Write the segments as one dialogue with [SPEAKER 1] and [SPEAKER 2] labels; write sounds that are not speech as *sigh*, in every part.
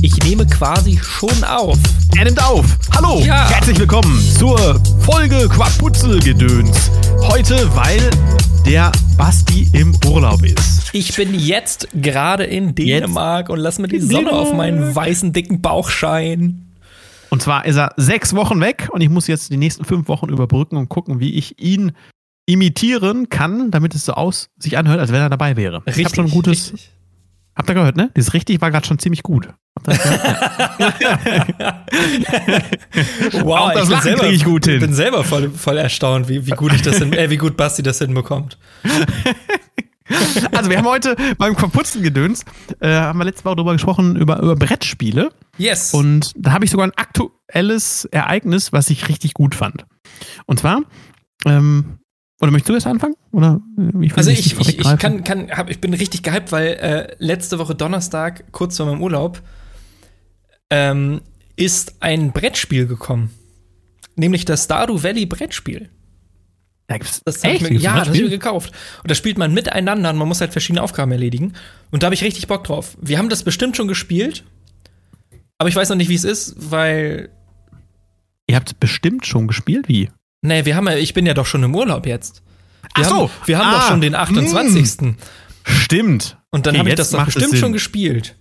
[SPEAKER 1] Ich nehme quasi schon auf.
[SPEAKER 2] Er nimmt auf. Hallo.
[SPEAKER 1] Ja.
[SPEAKER 2] Herzlich willkommen zur Folge Quaputzelgedöns. Heute, weil der Basti im Urlaub ist.
[SPEAKER 1] Ich bin jetzt gerade in Dänemark und lass mir die
[SPEAKER 2] In
[SPEAKER 1] Sonne auf
[SPEAKER 2] Dänemark.
[SPEAKER 1] meinen weißen, dicken Bauch scheinen.
[SPEAKER 2] Und zwar ist er sechs Wochen weg und ich muss jetzt die nächsten fünf Wochen überbrücken und gucken, wie ich ihn imitieren kann, damit es so aus sich anhört, als wenn er dabei wäre. ich habe schon ein gutes.
[SPEAKER 1] richtig.
[SPEAKER 2] Habt ihr gehört, ne? Dieses richtig war gerade schon ziemlich gut.
[SPEAKER 1] Wow,
[SPEAKER 2] Auch
[SPEAKER 1] ich
[SPEAKER 2] das
[SPEAKER 1] bin
[SPEAKER 2] Lachen
[SPEAKER 1] selber,
[SPEAKER 2] krieg ich gut hin.
[SPEAKER 1] bin selber voll, voll erstaunt, wie, wie gut ich das hin, äh, wie gut Basti das hinbekommt.
[SPEAKER 2] Also wir haben heute beim Kaputzengedöns, äh, haben wir letzte Woche drüber gesprochen, über, über Brettspiele.
[SPEAKER 1] Yes.
[SPEAKER 2] Und da habe ich sogar ein aktuelles Ereignis, was ich richtig gut fand. Und zwar, ähm, oder möchtest du erst anfangen? Oder äh, will
[SPEAKER 1] also
[SPEAKER 2] jetzt
[SPEAKER 1] ich,
[SPEAKER 2] nicht
[SPEAKER 1] ich, ich
[SPEAKER 2] vorweggreifen.
[SPEAKER 1] kann, kann, hab, ich bin richtig gehypt, weil äh, letzte Woche Donnerstag, kurz vor meinem Urlaub, ähm, ist ein Brettspiel gekommen. Nämlich das Stardew Valley Brettspiel.
[SPEAKER 2] Da gibt's
[SPEAKER 1] Das hab
[SPEAKER 2] echt?
[SPEAKER 1] Ich mir,
[SPEAKER 2] Gibt's
[SPEAKER 1] ja,
[SPEAKER 2] ein
[SPEAKER 1] das habe ich mir
[SPEAKER 2] Brettspiel?
[SPEAKER 1] gekauft. Und da spielt man miteinander und man muss halt verschiedene Aufgaben erledigen. Und da habe ich richtig Bock drauf. Wir haben das bestimmt schon gespielt, aber ich weiß noch nicht, wie es ist, weil.
[SPEAKER 2] Ihr habt bestimmt schon gespielt, wie?
[SPEAKER 1] Nee, ne, wir haben ja, ich bin ja doch schon im Urlaub jetzt. Wir
[SPEAKER 2] Ach so.
[SPEAKER 1] Haben, wir haben doch
[SPEAKER 2] Ah,
[SPEAKER 1] schon den 28.
[SPEAKER 2] Stimmt.
[SPEAKER 1] Und dann
[SPEAKER 2] Okay,
[SPEAKER 1] habe ich
[SPEAKER 2] jetzt
[SPEAKER 1] das doch
[SPEAKER 2] macht es
[SPEAKER 1] bestimmt
[SPEAKER 2] Sinn.
[SPEAKER 1] schon gespielt.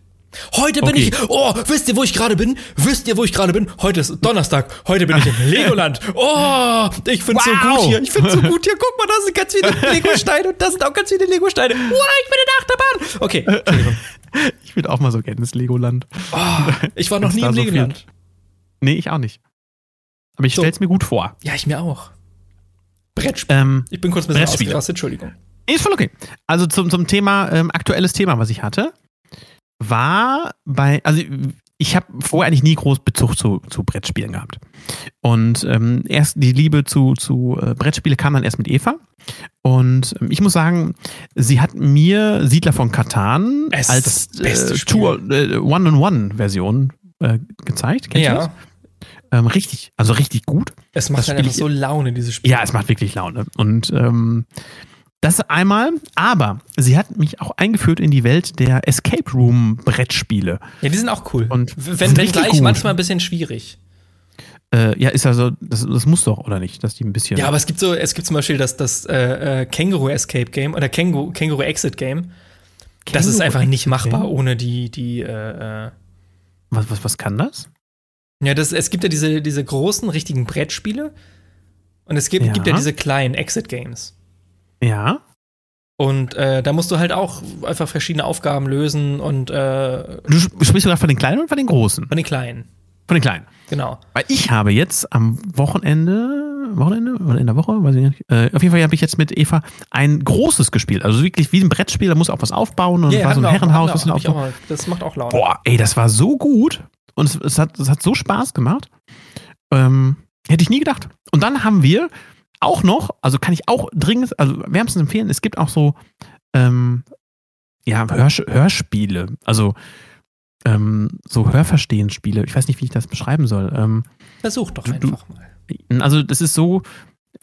[SPEAKER 1] Heute bin
[SPEAKER 2] Okay.
[SPEAKER 1] ich. Oh, wisst ihr, wo ich gerade bin? Wisst ihr, wo ich gerade bin? Heute ist Donnerstag. Heute
[SPEAKER 2] *laughs*
[SPEAKER 1] bin ich im Legoland. Oh, ich find's so
[SPEAKER 2] Wow.
[SPEAKER 1] gut hier. Ich find's so
[SPEAKER 2] *laughs*
[SPEAKER 1] gut hier. Guck mal, da sind ganz viele Legosteine und da sind auch ganz viele Legosteine. Wow, ich bin in der Achterbahn. Okay, Entschuldigung.
[SPEAKER 2] Ich würde auch mal so gerne ins Legoland.
[SPEAKER 1] Oh, ich war noch
[SPEAKER 2] Wenn's
[SPEAKER 1] nie
[SPEAKER 2] da
[SPEAKER 1] im
[SPEAKER 2] so viel-
[SPEAKER 1] Legoland.
[SPEAKER 2] Nee, ich auch nicht. Aber ich
[SPEAKER 1] So.
[SPEAKER 2] stell's mir gut vor.
[SPEAKER 1] Ja, ich mir auch. Brettspiel.
[SPEAKER 2] Ähm,
[SPEAKER 1] Ich bin kurz ein bisschen
[SPEAKER 2] Brettspiele.
[SPEAKER 1] ausgerastet, Entschuldigung.
[SPEAKER 2] Nee, Ist voll okay. Also zum, zum Thema, ähm, aktuelles Thema, was ich hatte, war bei, also ich habe vorher eigentlich nie groß Bezug zu, zu Brettspielen gehabt. Und ähm, erst die Liebe zu, zu äh, Brettspiele kam dann erst mit Eva. Und ähm, ich muss sagen, sie hat mir Siedler von Katan
[SPEAKER 1] Es ist
[SPEAKER 2] als
[SPEAKER 1] das beste
[SPEAKER 2] äh,
[SPEAKER 1] Spiel.
[SPEAKER 2] Tour- äh, One-on-One-Version äh, gezeigt. Kennst du das?
[SPEAKER 1] Ja,
[SPEAKER 2] Ähm, richtig, also richtig gut.
[SPEAKER 1] es macht
[SPEAKER 2] Das
[SPEAKER 1] halt
[SPEAKER 2] Spiel
[SPEAKER 1] einfach
[SPEAKER 2] ich-
[SPEAKER 1] so Laune, dieses Spiel.
[SPEAKER 2] Ja, es macht wirklich Laune. Und ähm, das einmal, aber sie hat mich auch eingeführt in die Welt der Escape Room Brettspiele.
[SPEAKER 1] Ja, die sind auch cool.
[SPEAKER 2] Und
[SPEAKER 1] wenn,
[SPEAKER 2] sind
[SPEAKER 1] wenn
[SPEAKER 2] richtig
[SPEAKER 1] gleich
[SPEAKER 2] gut.
[SPEAKER 1] manchmal ein bisschen schwierig.
[SPEAKER 2] Äh, ja, ist ja so, das, das muss doch, oder nicht? Dass die ein bisschen.
[SPEAKER 1] Ja, aber es gibt so, es gibt zum Beispiel das, das äh, äh, Känguru Escape Game oder Känguru, Känguru Exit Game. Das ist
[SPEAKER 2] Känguru
[SPEAKER 1] einfach nicht
[SPEAKER 2] Exit
[SPEAKER 1] machbar
[SPEAKER 2] Game?
[SPEAKER 1] ohne die, die, äh, äh,
[SPEAKER 2] was, was, was kann das?
[SPEAKER 1] ja, das, es gibt ja diese, diese großen, richtigen Brettspiele und es gibt ja,
[SPEAKER 2] Ja.
[SPEAKER 1] gibt ja diese kleinen Exit Games.
[SPEAKER 2] Ja.
[SPEAKER 1] Und äh, da musst du halt auch einfach verschiedene Aufgaben lösen und äh,
[SPEAKER 2] Du sp- sprichst sogar von den kleinen oder von den großen?
[SPEAKER 1] von den kleinen.
[SPEAKER 2] Von den kleinen.
[SPEAKER 1] Genau.
[SPEAKER 2] Weil ich habe jetzt am Wochenende, Wochenende oder in der Woche, weiß ich nicht, äh, auf jeden Fall habe ich jetzt mit Eva ein großes gespielt. Also wirklich wie ein Brettspiel, da muss auch was aufbauen und war so
[SPEAKER 1] haben
[SPEAKER 2] ein
[SPEAKER 1] wir auch-
[SPEAKER 2] Herrenhaus,
[SPEAKER 1] haben
[SPEAKER 2] was
[SPEAKER 1] wir-
[SPEAKER 2] man
[SPEAKER 1] hab ich auch
[SPEAKER 2] aufbauen.
[SPEAKER 1] mal, das macht auch Laune.
[SPEAKER 2] Boah, ey, das war so gut. Und es, es, hat, es hat so Spaß gemacht. Ähm, hätte ich nie gedacht. Und dann haben wir auch noch, also kann ich auch dringend, also wärmstens empfehlen, es gibt auch so, ähm, ja, Hörsch Hörspiele. Also, ähm, so Hörverstehensspiele. Ich weiß nicht, wie ich das beschreiben soll. Ähm,
[SPEAKER 1] Versuch doch
[SPEAKER 2] Du- du-
[SPEAKER 1] einfach mal.
[SPEAKER 2] also, das ist so,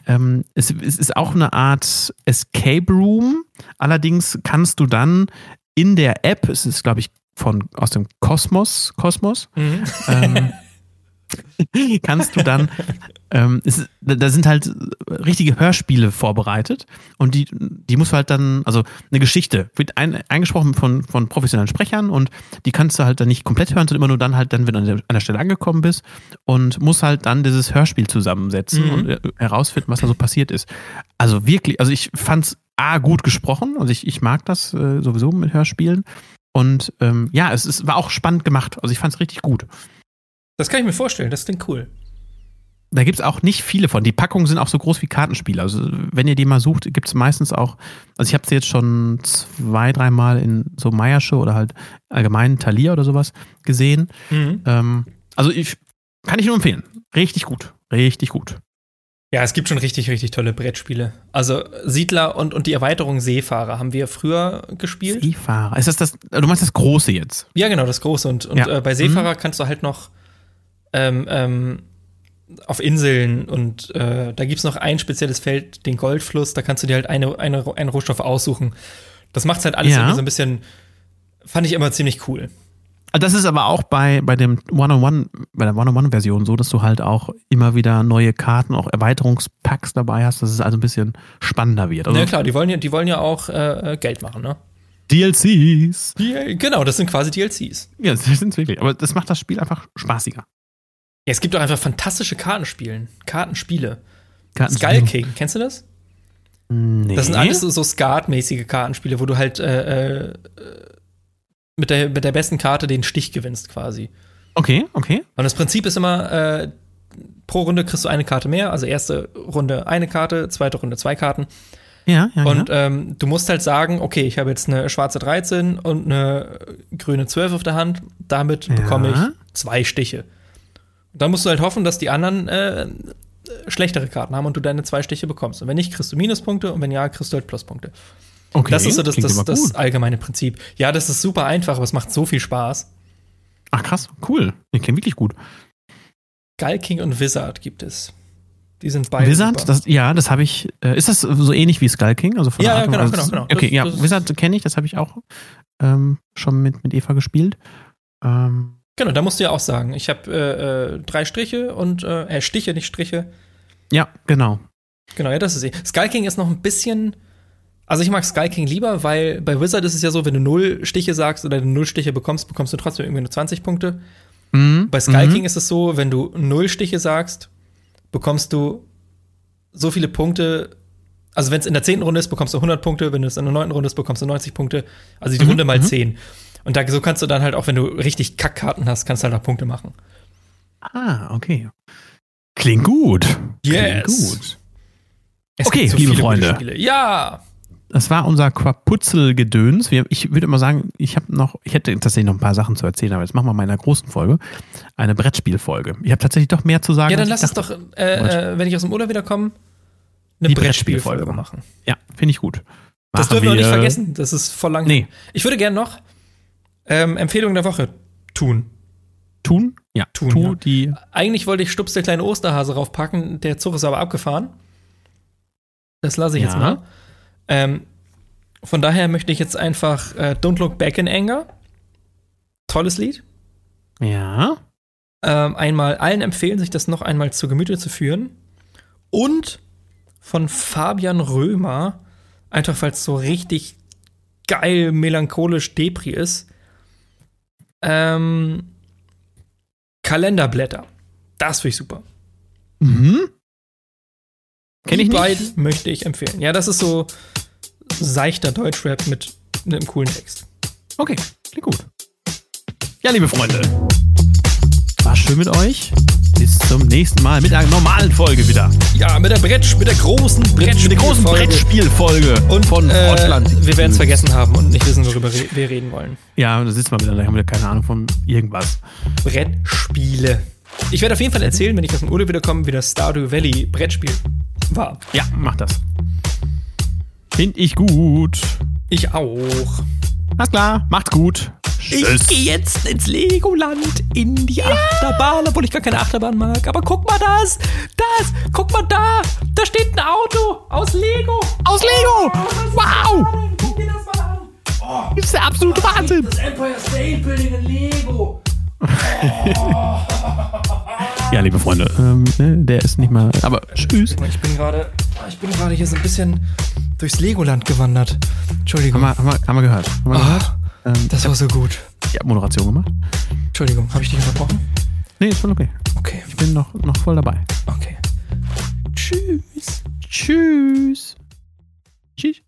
[SPEAKER 2] ähm, es, es ist auch eine Art Escape Room. Allerdings kannst du dann in der App, es ist, glaube ich, von, aus dem Kosmos, Kosmos,
[SPEAKER 1] Mhm.
[SPEAKER 2] ähm, kannst du dann, ähm, es, ist- da da sind halt richtige Hörspiele vorbereitet und die, die musst du halt dann, also eine Geschichte, wird ein, eingesprochen von, von professionellen Sprechern und die kannst du halt dann nicht komplett hören, sondern immer nur dann halt, dann, wenn du an der, an der Stelle angekommen bist und musst halt dann dieses Hörspiel zusammensetzen
[SPEAKER 1] Mhm.
[SPEAKER 2] und äh, herausfinden, was da so passiert ist. Also wirklich, also ich fand's A, gut gesprochen, also ich, ich mag das äh, sowieso mit Hörspielen. Und ähm, ja, es ist, war auch spannend gemacht. Also ich fand's richtig gut.
[SPEAKER 1] Das kann ich mir vorstellen, das klingt cool.
[SPEAKER 2] Da gibt's auch nicht viele von. Die Packungen sind auch so groß wie Kartenspiele. Also, wenn ihr die mal sucht, gibt's meistens auch. Also, ich habe sie jetzt schon zwei, dreimal in so Meiersche oder halt allgemein Thalia oder sowas gesehen.
[SPEAKER 1] Mhm.
[SPEAKER 2] Ähm, also, ich kann ich nur empfehlen. Richtig gut. Richtig gut.
[SPEAKER 1] Ja, es gibt schon richtig, richtig tolle Brettspiele. Also Siedler und, und die Erweiterung Seefahrer haben wir früher gespielt.
[SPEAKER 2] Seefahrer. Ist das das? äh, Du meinst das große jetzt?
[SPEAKER 1] ja, genau, das große. Und, und
[SPEAKER 2] Ja. Mhm.
[SPEAKER 1] äh, bei Seefahrer kannst du halt noch ähm, ähm, auf Inseln und äh, da gibt's noch ein spezielles Feld, den Goldfluss, da kannst du dir halt eine, eine, einen Rohstoff aussuchen. Das macht's halt alles
[SPEAKER 2] Ja.
[SPEAKER 1] irgendwie so ein bisschen, fand ich immer ziemlich cool.
[SPEAKER 2] Ah, Das ist aber auch bei, bei dem One-on-One, bei der One-on-One-Version so, dass du halt auch immer wieder neue Karten, auch Erweiterungspacks dabei hast, dass es also ein bisschen spannender wird. Also
[SPEAKER 1] Na klar, die wollen ja, die wollen ja auch äh, Geld machen, ne?
[SPEAKER 2] DLCs.
[SPEAKER 1] Die, genau, das sind quasi DLCs.
[SPEAKER 2] Ja, das sind's wirklich. Aber das macht das Spiel einfach spaßiger.
[SPEAKER 1] Ja, es gibt auch einfach fantastische Kartenspielen, Kartenspiele.
[SPEAKER 2] Karten
[SPEAKER 1] Skull King, kennst du das?
[SPEAKER 2] Nee.
[SPEAKER 1] Das sind alles so, so Skat-mäßige Kartenspiele, wo du halt äh, äh, mit, der, mit der besten Karte den Stich gewinnst quasi.
[SPEAKER 2] Okay, okay.
[SPEAKER 1] Und das Prinzip ist immer, äh, pro Runde kriegst du eine Karte mehr. Also erste Runde eine Karte, zweite Runde zwei Karten.
[SPEAKER 2] Ja, ja.
[SPEAKER 1] Und
[SPEAKER 2] ja.
[SPEAKER 1] ähm, du musst halt sagen, okay, ich habe jetzt eine schwarze 13 und eine grüne 12 auf der Hand. Damit
[SPEAKER 2] Ja.
[SPEAKER 1] bekomme ich zwei Stiche. Und dann musst du halt hoffen, dass die anderen äh, schlechtere Karten haben und du deine zwei Stiche bekommst. Und wenn nicht, kriegst du Minuspunkte und wenn ja, kriegst du halt Pluspunkte.
[SPEAKER 2] okay.
[SPEAKER 1] Das ist so das,
[SPEAKER 2] Klingt
[SPEAKER 1] das,
[SPEAKER 2] aber
[SPEAKER 1] das
[SPEAKER 2] gut.
[SPEAKER 1] allgemeine Prinzip. Ja, das ist super einfach, aber es macht so viel Spaß.
[SPEAKER 2] Ach krass, cool. Die klingt wirklich gut.
[SPEAKER 1] Skull King und Wizard gibt es. Die sind beide.
[SPEAKER 2] Wizard,
[SPEAKER 1] super.
[SPEAKER 2] das, ja, das habe ich. Äh, ist das so ähnlich wie Skull King? Also von
[SPEAKER 1] Ja,
[SPEAKER 2] der
[SPEAKER 1] ja,
[SPEAKER 2] Art und
[SPEAKER 1] genau,
[SPEAKER 2] Weise-
[SPEAKER 1] genau, genau.
[SPEAKER 2] Okay,
[SPEAKER 1] Das-
[SPEAKER 2] ja,
[SPEAKER 1] das-
[SPEAKER 2] Wizard kenne ich, das habe ich auch ähm, schon mit, mit Eva gespielt. Ähm,
[SPEAKER 1] genau, da musst du ja auch sagen. Ich habe äh, äh, drei Striche und äh, äh, Stiche, nicht Striche.
[SPEAKER 2] ja, genau.
[SPEAKER 1] Genau, ja, das ist sie. Skull King ist noch ein bisschen. Also ich mag Skull King lieber, weil bei Wizard ist es ja so, wenn du null Stiche sagst oder du null Stiche bekommst, bekommst du trotzdem irgendwie nur 20 Punkte.
[SPEAKER 2] Mhm,
[SPEAKER 1] Bei Skull
[SPEAKER 2] mhm.
[SPEAKER 1] King ist es so, wenn du null Stiche sagst, bekommst du so viele Punkte. Also wenn es in der zehnten Runde ist, bekommst du 100 Punkte. Wenn es in der neunten Runde ist, bekommst du 90 Punkte. Also die
[SPEAKER 2] Mhm,
[SPEAKER 1] Runde mal
[SPEAKER 2] mhm.
[SPEAKER 1] 10. Und da, so kannst du dann halt auch, wenn du richtig Kackkarten hast, kannst du halt auch Punkte machen.
[SPEAKER 2] Ah, okay. Klingt gut. Klingt
[SPEAKER 1] Yes.
[SPEAKER 2] gut.
[SPEAKER 1] Es
[SPEAKER 2] Okay,
[SPEAKER 1] gibt
[SPEAKER 2] liebe
[SPEAKER 1] viele gute
[SPEAKER 2] Freunde. Ah,
[SPEAKER 1] Spiele. Ja.
[SPEAKER 2] Das war unser Quaputzel-Gedöns. Wir- Ich würde immer sagen, ich habe noch, ich hätte tatsächlich noch ein paar Sachen zu erzählen, aber jetzt machen wir mal in einer großen Folge eine Brettspielfolge. Ich habe tatsächlich doch mehr zu sagen.
[SPEAKER 1] Ja, dann
[SPEAKER 2] als
[SPEAKER 1] lass
[SPEAKER 2] ich
[SPEAKER 1] uns
[SPEAKER 2] dachte.
[SPEAKER 1] doch, äh, äh, wenn ich aus dem Urlaub wiederkomme, eine
[SPEAKER 2] Die
[SPEAKER 1] Brettspielfolge
[SPEAKER 2] Brettspielfolge
[SPEAKER 1] machen.
[SPEAKER 2] Ja, finde ich gut.
[SPEAKER 1] Das
[SPEAKER 2] Machen
[SPEAKER 1] dürfen wir auch nicht
[SPEAKER 2] wir-
[SPEAKER 1] vergessen. Das ist voll lang.
[SPEAKER 2] Nee,
[SPEAKER 1] Ich würde gerne noch ähm, Empfehlung der Woche tun.
[SPEAKER 2] tun? Ja,
[SPEAKER 1] Tun,
[SPEAKER 2] Tu
[SPEAKER 1] ja.
[SPEAKER 2] die.
[SPEAKER 1] Eigentlich wollte ich Stups der kleine Osterhase raufpacken, der Zug ist aber abgefahren. Das lasse ich jetzt
[SPEAKER 2] Ja.
[SPEAKER 1] mal. Ähm, von daher möchte ich jetzt einfach äh, Don't Look Back in Anger. Tolles Lied.
[SPEAKER 2] Ja.
[SPEAKER 1] Ähm, einmal allen empfehlen, sich das noch einmal zu Gemüte zu führen. Und von Fabian Römer, einfach weil es so richtig geil melancholisch Depri ist. Ähm, Kalenderblätter. Das finde ich super.
[SPEAKER 2] Mhm. Kenn
[SPEAKER 1] Die
[SPEAKER 2] ich nicht.
[SPEAKER 1] beiden möchte ich empfehlen. Ja, das ist so seichter Deutschrap mit einem coolen Text.
[SPEAKER 2] Okay, klingt gut. Ja, liebe Freunde, war schön mit euch. Bis zum nächsten Mal mit einer normalen Folge wieder.
[SPEAKER 1] Ja, mit der Brett, mit der großen Brettspiel.
[SPEAKER 2] mit der großen Brettspielfolge
[SPEAKER 1] und
[SPEAKER 2] von
[SPEAKER 1] äh,
[SPEAKER 2] Rottland.
[SPEAKER 1] Wir werden es vergessen haben und nicht wissen, worüber re- wir reden wollen.
[SPEAKER 2] Ja, da sitzen wir wieder, da haben wir keine Ahnung von irgendwas.
[SPEAKER 1] Brettspiele. Ich werde auf jeden Fall erzählen, wenn ich aus dem Urlaub wiederkomme, wie das Stardew Valley Brettspiel war.
[SPEAKER 2] Ja, mach das. Find ich gut.
[SPEAKER 1] Ich auch.
[SPEAKER 2] Alles klar, macht's gut.
[SPEAKER 1] Ich gehe jetzt ins Legoland in die Achterbahn, obwohl ich gar keine Achterbahn mag. Aber guck mal das, das, guck mal da, da steht ein Auto aus Lego.
[SPEAKER 2] Aus Lego! Wow!
[SPEAKER 1] Guck dir das mal an.
[SPEAKER 2] Das ist der absolute Wahnsinn!
[SPEAKER 1] Das Empire State Building in Lego.
[SPEAKER 2] Ja, liebe Freunde, ähm, ne, der ist nicht mal. Aber tschüss.
[SPEAKER 1] Ich bin gerade, Ah, ich bin gerade hier so ein bisschen durchs Legoland gewandert.
[SPEAKER 2] Haben
[SPEAKER 1] Entschuldigung.
[SPEAKER 2] wir, haben wir, haben wir gehört. Haben wir gehört?
[SPEAKER 1] Ah,
[SPEAKER 2] Ähm,
[SPEAKER 1] das war so gut.
[SPEAKER 2] ich habe Moderation gemacht.
[SPEAKER 1] Entschuldigung, habe ich dich unterbrochen?
[SPEAKER 2] Nee, ist voll okay.
[SPEAKER 1] Okay,
[SPEAKER 2] Ich bin noch, noch voll dabei.
[SPEAKER 1] okay. Tschüss.
[SPEAKER 2] Tschüss. Tschüss.